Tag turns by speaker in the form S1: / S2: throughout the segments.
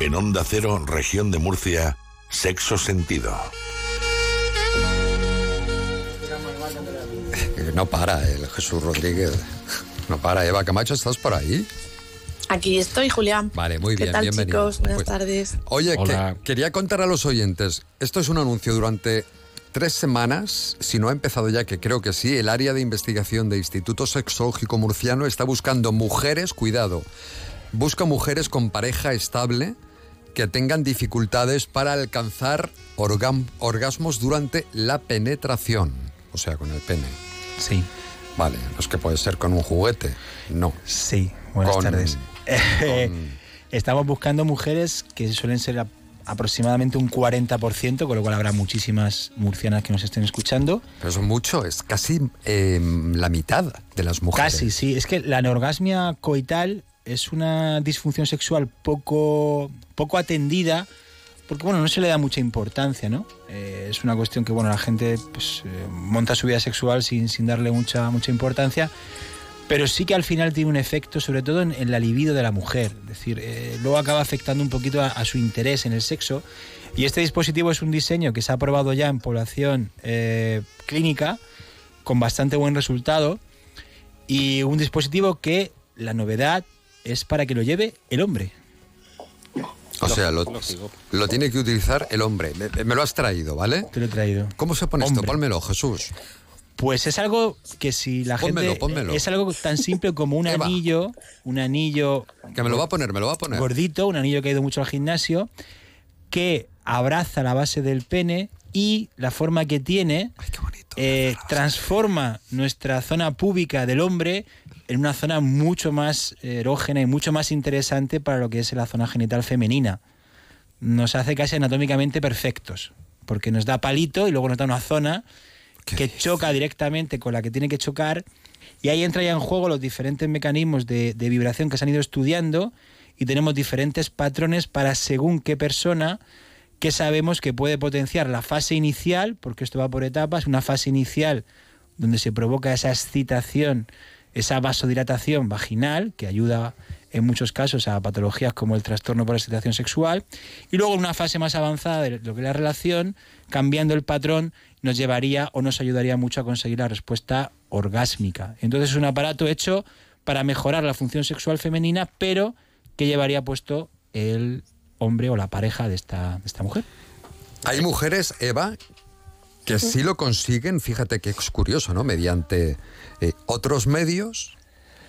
S1: En Onda Cero, región de Murcia, sexo sentido.
S2: Eh, No para el Jesús Rodríguez. No para, Eva Camacho, ¿estás por ahí?
S3: Aquí estoy, Julián.
S2: Vale, muy
S3: ¿Qué
S2: bien,
S3: tal,
S2: bienvenido.
S3: chicos? Buenas
S2: Pues,
S3: tardes.
S2: Oye, que-
S4: Hola.
S2: quería contar a los oyentes, esto es un anuncio durante tres semanas, si no ha empezado ya, que creo que sí, el área de investigación de Instituto Sexológico Murciano está buscando mujeres, cuidado, busca mujeres con pareja estable que tengan dificultades para alcanzar orgam- orgasmos durante la penetración, o sea, con el pene.
S5: Sí,
S2: Vale, no es que puede ser con un juguete, no.
S5: sí. Buenas
S2: Con-
S5: tardes. Estamos buscando mujeres que suelen ser a- aproximadamente un 40%, con lo cual habrá muchísimas murcianas que nos estén escuchando.
S2: Pero eso es mucho, es casi eh, la mitad de las mujeres.
S5: Casi, sí. Es que la anorgasmia coital es una disfunción sexual poco, poco atendida, porque bueno, no se le da mucha importancia, ¿no? Eh, es una cuestión que bueno, la gente pues, eh, monta su vida sexual sin, sin darle mucha, mucha importancia, pero sí que al final tiene un efecto, sobre todo en, en la libido de la mujer. Es decir, eh, luego acaba afectando un poquito a, a su interés en el sexo. Y este dispositivo es un diseño que se ha probado ya en población eh, clínica con bastante buen resultado y un dispositivo que la novedad es para que lo lleve el hombre.
S2: O sea, lo, lo tiene que utilizar el hombre. Me, me lo has traído, ¿vale?
S5: Te lo he traído.
S2: ¿Cómo se pone esto?
S5: Hombre.
S2: Pónmelo, Jesús.
S5: Pues es algo que si la
S2: Pónmelo,
S5: gente
S2: pónmelo.
S5: es algo tan simple como un
S2: Eva.
S5: anillo, un anillo
S2: Que me lo va a poner, me lo va a poner.
S5: gordito, un anillo que ha ido mucho al gimnasio, que abraza la base del pene y la forma que tiene
S2: Ay, qué bonito.
S5: eh, transforma nuestra zona pública del hombre en una zona mucho más erógena y mucho más interesante para lo que es la zona genital femenina. Nos hace casi anatómicamente perfectos, porque nos da palito y luego nos da una zona
S2: ¿Qué
S5: que
S2: dices?
S5: choca directamente con la que tiene que chocar y ahí entra ya en juego los diferentes mecanismos de, de vibración que se han ido estudiando y tenemos diferentes patrones para según qué persona que sabemos que puede potenciar la fase inicial, porque esto va por etapas, una fase inicial donde se provoca esa excitación, esa vasodilatación vaginal, que ayuda en muchos casos a patologías como el trastorno por excitación sexual, y luego una fase más avanzada de lo que es la relación, cambiando el patrón, nos llevaría o nos ayudaría mucho a conseguir la respuesta orgásmica. Entonces es un aparato hecho para mejorar la función sexual femenina, pero que llevaría puesto el hombre o la pareja de esta, de esta mujer.
S2: Hay mujeres, Eva, que sí lo consiguen, fíjate que es curioso, ¿no? Mediante eh, otros medios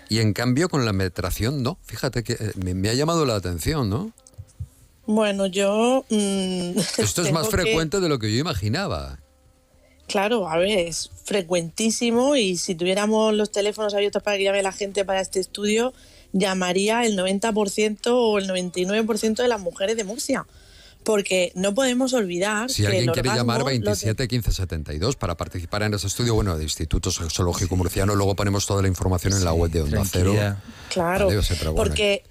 S2: y en cambio con la metración, ¿no? Fíjate que eh, me, me ha llamado la atención, ¿no?
S3: Bueno, yo... mm,
S2: Esto es
S3: tengo
S2: más
S3: que-
S2: frecuente de lo que yo imaginaba.
S3: Claro, a ver, es frecuentísimo y si tuviéramos los teléfonos abiertos para que llame la gente para este estudio, llamaría el 90% o el 99% de las mujeres de Murcia. Porque no podemos olvidar
S2: Si
S3: que
S2: alguien
S3: el
S2: quiere
S3: orgasmo
S2: llamar
S3: lo te-
S2: 27 15 72 para participar en ese estudio, bueno, de Instituto Sexológico Murciano, luego ponemos toda la información en la
S5: Sí,
S2: web de Onda Cero.
S5: tranquilidad.
S3: Claro,
S2: Vale, o sea, pero bueno.
S3: porque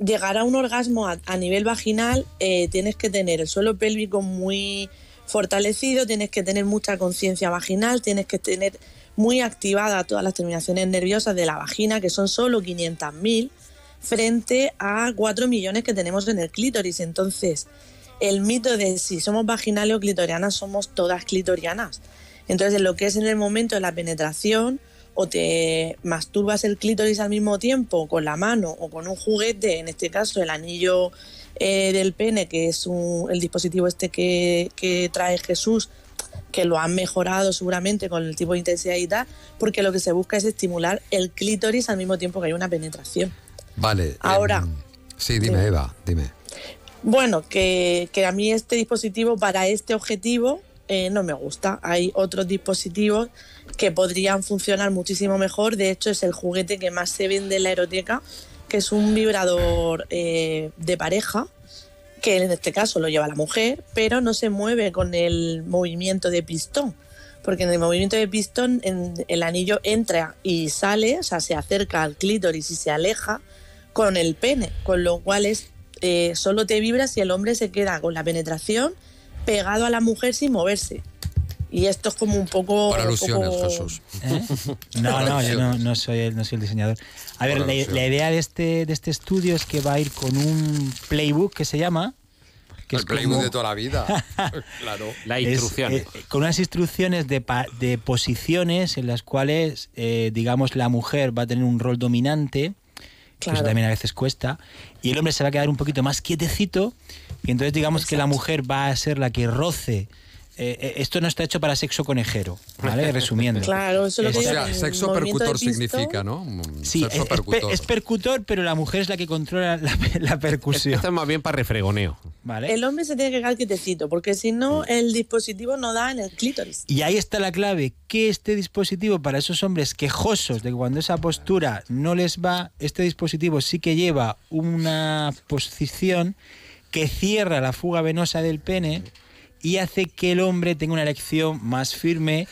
S3: llegar a un orgasmo a, a nivel vaginal eh, tienes que tener el suelo pélvico muy fortalecido, tienes que tener mucha conciencia vaginal, tienes que tener muy activada todas las terminaciones nerviosas de la vagina, que son solo 500.000, frente a 4 millones que tenemos en el clítoris. Entonces, el mito de si somos vaginales o clitorianas, somos todas clitorianas. Entonces, en lo que es en el momento de la penetración, o te masturbas el clítoris al mismo tiempo con la mano o con un juguete, en este caso el anillo eh, del pene, que es un- el dispositivo este que, que trae Jesús, que lo han mejorado seguramente con el tipo de intensidad y tal, porque lo que se busca es estimular el clítoris al mismo tiempo que hay una penetración.
S2: Vale.
S3: Ahora. eh,
S2: em, sí, dime,
S3: Sí.
S2: Eva, dime.
S3: Bueno, que, que a mí este dispositivo para este objetivo eh, no me gusta. Hay otros dispositivos que podrían funcionar muchísimo mejor. De hecho, es el juguete que más se vende en la eroteca, que es un vibrador eh, de pareja, que en este caso lo lleva la mujer, pero no se mueve con el movimiento de pistón. Porque en el movimiento de pistón en- el anillo entra y sale, o sea, se acerca al clítoris y se aleja con el pene, con lo cual es eh, solo te vibra si el hombre se queda con la penetración pegado a la mujer sin moverse. Y esto es como un poco.
S2: Por alusiones,
S3: poco-
S2: Jesús.
S5: ¿Eh? No,
S2: Por
S5: no, yo no,
S2: alusiones.
S5: no soy el, no soy el diseñador. A ver,
S2: Por
S5: la,
S2: alusiones.
S5: la idea de este, de este estudio es que va a ir con un playbook que se llama. Que
S2: el playbook
S5: como-
S2: de toda la vida. claro.
S4: La
S5: es,
S4: instrucción.
S5: eh, eh, con unas instrucciones de, pa- de posiciones en las cuales, eh, digamos, la mujer va a tener un rol dominante, que eso
S3: Claro.
S5: también ¿eh? a veces cuesta, y el hombre se va a quedar un poquito más quietecito, y entonces digamos que la mujer va a ser la que roce. Eh, eh, esto no está hecho para sexo conejero, ¿vale? Resumiendo.
S3: Claro, eso es lo que
S2: O
S5: Es-
S3: yo-
S2: sea, sexo
S3: movimiento de
S2: percutor
S3: pisto.
S2: significa, ¿no? Mm,
S5: Sí, es,
S2: sexo
S5: es per-
S2: percutor.
S5: es percutor, pero la mujer es la que controla la, la percusión.
S4: Esto es más bien para refregoneo.
S5: ¿vale?
S3: El hombre se tiene que quedar quietecito, porque si no,
S2: Mm.
S3: el dispositivo no da en el clítoris.
S5: Y ahí está la clave, que este dispositivo para esos hombres quejosos de que cuando esa postura no les va, este dispositivo sí que lleva una posición que cierra la fuga venosa del pene y hace que el hombre tenga una erección más firme,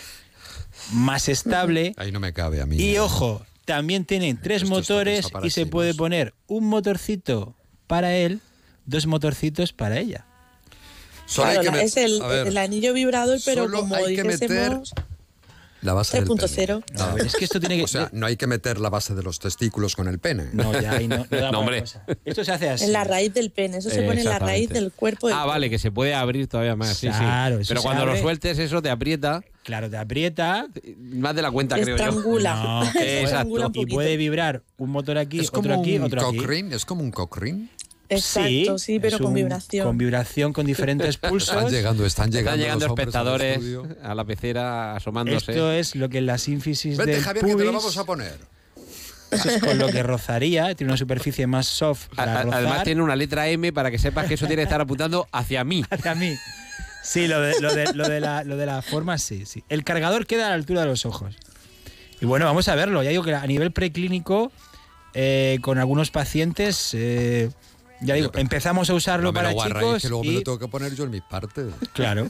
S5: más estable
S2: Ahí no me cabe a mí.
S5: y ojo, también tiene tres
S2: Esto está
S5: motores
S2: pensado para
S5: y se
S2: chinos.
S5: puede poner un motorcito para él, dos motorcitos para ella.
S2: Solo hay
S3: Claro,
S2: que
S3: la-
S2: met-
S3: es el,
S2: a ver,
S3: el anillo vibrador, pero
S2: solo
S3: como
S2: hay que meter-
S3: dijésemos,
S2: la base del pene.
S3: 3.0.
S5: No, a ver, es que esto tiene que
S2: O sea, no hay que meter la base de los testículos con el pene.
S5: No, ya ahí no, no da
S4: No,
S5: para
S4: hombre.
S5: cosa. Esto se hace así.
S3: en la raíz del pene, eso se
S4: Eh,
S3: pone en la raíz
S4: exactamente.
S3: del cuerpo. del-
S4: Ah, vale, que se puede abrir todavía más. Sí, sí.
S5: Claro, eso
S4: Pero
S5: se
S4: cuando lo
S5: abre.
S4: sueltes, eso te aprieta
S5: Claro, te aprieta.
S4: eh, más de la cuenta, creo yo.
S3: Estrangula.
S5: No,
S4: que
S3: Estrangula un
S4: exacto.
S5: Y
S3: poquito.
S5: puede vibrar un motor aquí,
S2: es como
S5: otro aquí,
S2: un
S5: otro aquí.
S2: cock ring, es como un cock ring.
S3: Exacto, sí, pero
S5: es
S3: con
S5: un-
S3: vibración.
S5: Con vibración, con diferentes
S2: Están
S5: pulsos.
S2: llegando, están llegando,
S4: Están llegando
S2: los hombres al
S4: espectadores
S2: estudio.
S4: a la pecera asomándose.
S5: Esto es lo que en la sínfisis
S2: Vete,
S5: del
S2: Javier, que te lo
S5: pubis,
S2: vamos a poner.
S5: eso es con lo que rozaría, tiene una superficie más soft
S4: A-
S5: para
S4: a-
S5: rozar.
S4: Además tiene una letra M para que sepas que eso tiene que estar apuntando hacia mí.
S5: Hacia mí. Sí, lo de, lo, de, lo de la, lo de la forma, sí, sí. El cargador queda a la altura de los ojos. Y bueno, vamos a verlo. Ya digo que a nivel preclínico, eh, con algunos pacientes, eh, ya digo, empezamos a usarlo
S2: No me
S5: para
S2: lo guarráis,
S5: chicos.
S2: que luego me
S5: y-
S2: lo tengo que poner yo en mis partes.
S5: Claro.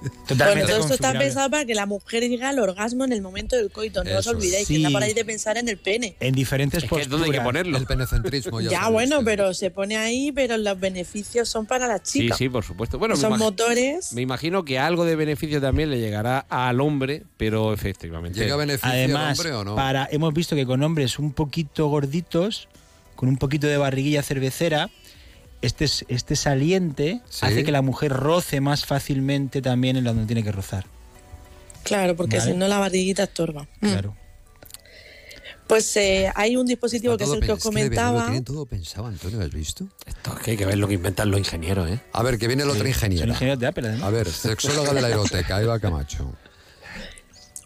S3: Bueno,
S5: Totalmente
S3: todo esto está
S5: configurable.
S3: pensado para que la mujer llegue al orgasmo en el momento del coito. No os
S2: Eso es.
S3: olvidéis
S5: Sí.
S3: que está por ahí de pensar en el pene.
S5: En
S4: Es
S5: diferentes
S4: que es
S5: posturas.
S4: donde hay que ponerlo.
S2: El penecentrismo ya
S3: Ya,
S2: sabes
S3: bueno,
S2: que-
S3: pero se pone ahí, pero los beneficios son para la
S4: Sí,
S3: chica.
S4: sí, por supuesto. Bueno, me,
S3: Son
S4: imagi-
S3: motores.
S4: me imagino que algo de beneficio también le llegará al hombre, pero efectivamente.
S2: ¿Llega beneficio
S5: Además,
S2: al hombre o no?
S5: para, hemos visto que con hombres un poquito gorditos, con un poquito de barriguilla cervecera, este, es- este saliente
S2: Sí.
S5: hace que la mujer roce más fácilmente también en donde tiene que rozar.
S3: Claro, porque
S5: Vale.
S3: si no la barriguita estorba. Mm.
S5: Claro.
S3: Pues eh, hay un dispositivo
S2: Está
S3: que es
S2: todo
S3: el que
S2: pen-
S3: os
S2: de verdad lo
S3: comentaba.
S2: tienen todo pensado, Antonio, ¿has visto?
S4: Esto es que hay que ver lo que inventan los ingenieros, ¿eh?
S2: A ver, que viene el otro
S5: Son
S2: ingeniero.
S5: ingenieros de Apple, además.
S2: A ver, sexóloga de la aeroteca, Eva Camacho.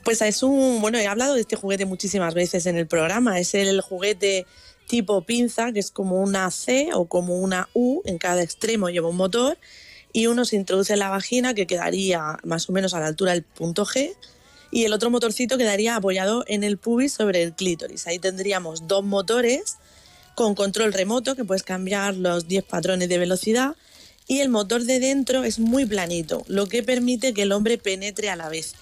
S3: Pues es un, bueno, he hablado de este juguete muchísimas veces en el programa. Es el juguete tipo pinza, que es como una C o como una U, en cada extremo lleva un motor, y uno se introduce en la vagina, que quedaría más o menos a la altura del punto G, y el otro motorcito quedaría apoyado en el pubis sobre el clítoris. Ahí tendríamos dos motores con control remoto, que puedes cambiar los 10 patrones de velocidad, y el motor de dentro es muy planito, lo que permite que el hombre penetre a la vez.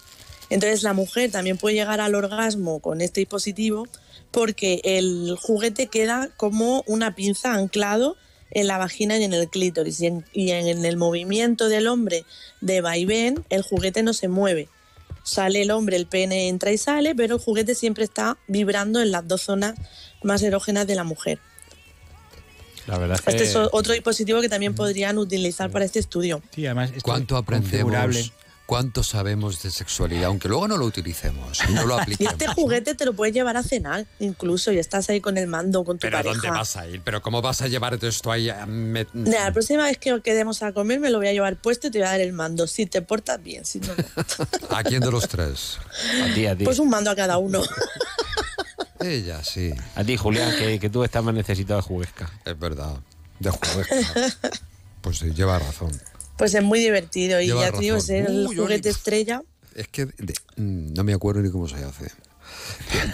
S3: Entonces la mujer también puede llegar al orgasmo con este dispositivo porque el juguete queda como una pinza anclado en la vagina y en el clítoris. Y en, y en el movimiento del hombre de vaivén, el juguete no se mueve. Sale el hombre, el pene entra y sale, pero el juguete siempre está vibrando en las dos zonas más erógenas de la mujer.
S4: La verdad
S3: Este
S2: Eh.
S3: es o- otro dispositivo que también podrían utilizar para este estudio.
S5: Sí, además, esto es
S2: ¿Cuánto
S5: configurable.
S2: aprendemos? ¿Cuánto sabemos de sexualidad? Aunque luego no lo utilicemos, no lo
S3: Y
S2: apliquemos.
S3: este
S2: ¿no?
S3: juguete te lo puedes llevar a cenar, incluso, y estás ahí con el mando, con tu
S2: ¿Pero a
S3: pareja.
S2: dónde vas a ir? ¿Pero cómo vas a llevar esto ahí? a met-
S3: Nada, la próxima vez que quedemos a comer me lo voy a llevar puesto y te voy a dar el mando. Si te portas bien, si no, no.
S2: ¿A quién de los tres?
S4: A ti, a ti.
S3: Pues un mando a cada uno.
S2: Ella, sí.
S4: A ti, Julián, que, que tú estás más necesitado de juguesca.
S2: Es verdad. De juguete. Pues sí, lleva razón.
S3: Pues es muy divertido y
S2: Lleva
S3: ya te digo, es
S2: razón.
S3: el
S2: Uy,
S3: juguete
S2: Oli.
S3: estrella.
S2: Es que de- mm, no me acuerdo ni cómo se hace.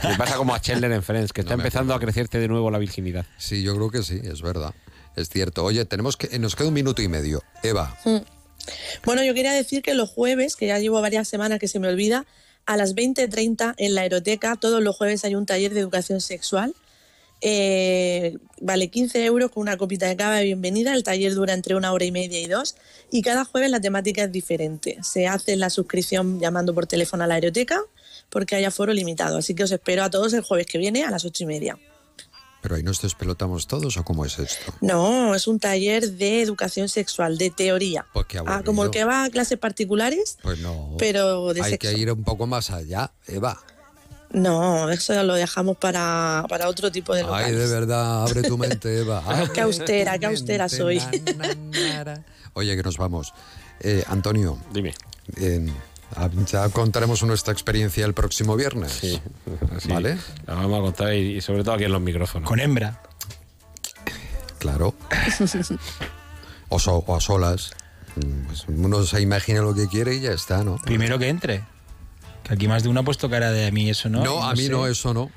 S4: Me pasa como a Chandler en Friends, que está
S2: me
S4: empezando a crecerte de nuevo la virginidad.
S2: Sí, yo creo que sí, es verdad. Es cierto. Oye, tenemos que eh, nos queda un minuto y medio. Eva,
S3: Bueno, yo quería decir que los jueves, que ya llevo varias semanas que se me olvida, a las 20.30 en la Aeroteca, todos los jueves hay un taller de educación sexual Eh, vale 15 euros con una copita de cava de bienvenida. El taller dura entre una hora y media y dos. Y cada jueves la temática es diferente. Se hace la suscripción llamando por teléfono a la aeroteca porque hay aforo limitado. Así que os espero a todos el jueves que viene a las ocho y media.
S2: Pero ahí nos despelotamos todos o cómo es esto.
S3: No, es un taller de educación sexual, de teoría.
S2: Pues qué
S3: ah, como
S2: aburrido.
S3: el que va a clases particulares,
S2: Pues no.
S3: pero de
S2: Hay
S3: sexo.
S2: que ir un poco más allá, Eva.
S3: No, eso lo dejamos para, para otro tipo de locales.
S2: Ay, de verdad, abre tu mente, Eva. Abre
S3: Qué austera,
S2: tu
S3: qué austera
S2: mente,
S3: soy.
S2: na, na, na, na. Oye, que nos vamos. Eh, Antonio,
S4: Dime.
S2: eh, ya contaremos nuestra experiencia el próximo viernes.
S4: Así
S2: ¿Vale?
S4: La vamos a contar y, y sobre todo aquí en los micrófonos.
S5: Con hembra.
S2: Claro. O, so- o a solas. Mm, pues uno se imagina lo que quiere y ya está, ¿no?
S5: Primero que entre. Que aquí más de uno ha puesto cara de a mí eso no.
S2: No, a mí
S5: sé.
S2: no, eso no.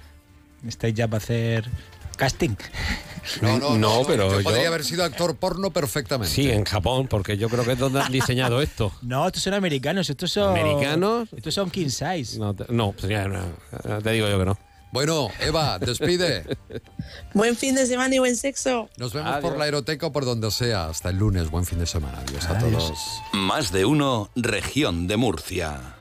S5: Estáis ya para hacer casting.
S2: No,
S4: No, pero
S2: yo
S4: yo-
S2: podría haber sido actor porno perfectamente.
S4: Sí, eh. en Japón, porque yo creo que es donde han diseñado esto.
S5: No, estos son americanos, estos son.
S4: ¿Americanos?
S5: Estos son king size.
S4: No, te- no, sería- no, te digo yo que no.
S2: Bueno, Eva, despide.
S3: Buen fin de semana y buen sexo.
S2: Nos vemos por la aeroteca o por donde sea. Hasta el lunes. Buen fin de semana. Adiós a
S5: Adiós.
S2: todos.
S6: Más de uno, región de Murcia.